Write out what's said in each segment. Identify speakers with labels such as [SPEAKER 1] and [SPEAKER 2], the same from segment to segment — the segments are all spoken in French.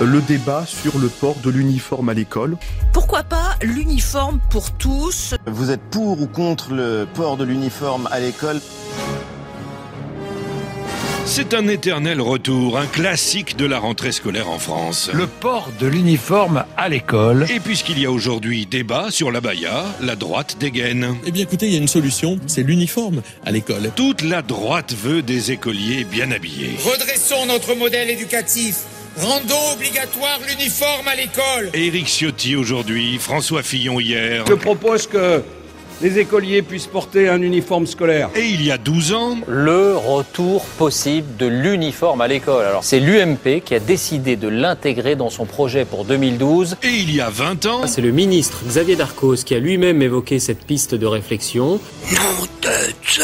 [SPEAKER 1] le débat sur le port de l'uniforme à l'école.
[SPEAKER 2] Pourquoi pas l'uniforme pour tous
[SPEAKER 3] Vous êtes pour ou contre le port de l'uniforme à l'école
[SPEAKER 4] c'est un éternel retour, un classique de la rentrée scolaire en France.
[SPEAKER 5] Le port de l'uniforme à l'école.
[SPEAKER 4] Et puisqu'il y a aujourd'hui débat sur la baya, la droite dégaine.
[SPEAKER 6] Eh bien écoutez, il y a une solution, c'est l'uniforme à l'école.
[SPEAKER 4] Toute la droite veut des écoliers bien habillés.
[SPEAKER 7] Redressons notre modèle éducatif Rendons obligatoire l'uniforme à l'école.
[SPEAKER 4] Éric Ciotti aujourd'hui, François Fillon hier.
[SPEAKER 8] Je propose que les écoliers puissent porter un uniforme scolaire.
[SPEAKER 4] Et il y a 12 ans,
[SPEAKER 9] le retour possible de l'uniforme à l'école. Alors, c'est l'UMP qui a décidé de l'intégrer dans son projet pour 2012.
[SPEAKER 4] Et il y a 20 ans,
[SPEAKER 10] c'est le ministre Xavier Darcos qui a lui-même évoqué cette piste de réflexion.
[SPEAKER 11] Nom de Dieu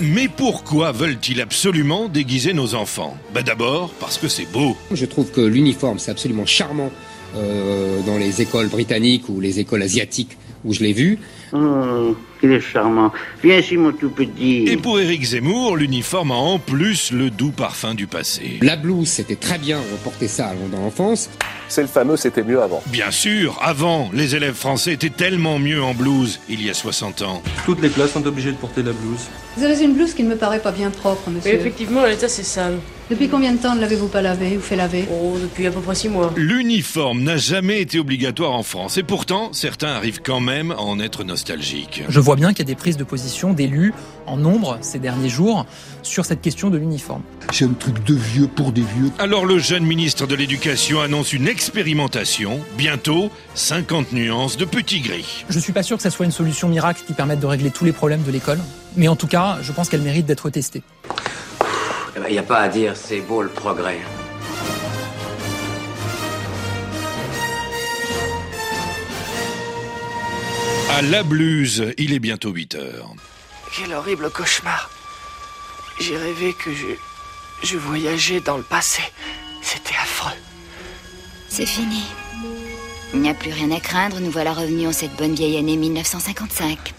[SPEAKER 4] Mais pourquoi veulent-ils absolument déguiser nos enfants ben D'abord, parce que c'est beau.
[SPEAKER 12] Je trouve que l'uniforme, c'est absolument charmant euh, dans les écoles britanniques ou les écoles asiatiques où je l'ai vu.
[SPEAKER 13] Oh, il est charmant. Viens ici, mon tout petit.
[SPEAKER 4] Et pour Éric Zemmour, l'uniforme a en plus le doux parfum du passé.
[SPEAKER 12] La blouse, c'était très bien, on portait ça dans l'enfance.
[SPEAKER 14] C'est le fameux c'était mieux avant.
[SPEAKER 4] Bien sûr, avant, les élèves français étaient tellement mieux en blouse, il y a 60 ans.
[SPEAKER 15] Toutes les classes sont obligées de porter la blouse.
[SPEAKER 16] Vous avez une blouse qui ne me paraît pas bien propre, monsieur.
[SPEAKER 17] Mais effectivement, elle est assez sale.
[SPEAKER 16] Depuis combien de temps ne l'avez-vous pas lavé ou fait laver
[SPEAKER 17] Oh, depuis à peu près six mois.
[SPEAKER 4] L'uniforme n'a jamais été obligatoire en France et pourtant, certains arrivent quand même à en être nostalgiques.
[SPEAKER 18] Je vois bien qu'il y a des prises de position d'élus en nombre ces derniers jours sur cette question de l'uniforme.
[SPEAKER 19] C'est un truc de vieux pour des vieux.
[SPEAKER 4] Alors le jeune ministre de l'Éducation annonce une expérimentation, bientôt 50 nuances de petit gris.
[SPEAKER 18] Je suis pas sûr que ça soit une solution miracle qui permette de régler tous les problèmes de l'école, mais en tout cas, je pense qu'elle mérite d'être testée.
[SPEAKER 20] Il n'y ben, a pas à dire, c'est beau le progrès. hein.
[SPEAKER 4] À la bluse, il est bientôt 8 heures.
[SPEAKER 5] Quel horrible cauchemar. J'ai rêvé que je. je voyageais dans le passé. C'était affreux.
[SPEAKER 3] C'est fini. Il n'y a plus rien à craindre, nous voilà revenus en cette bonne vieille année 1955.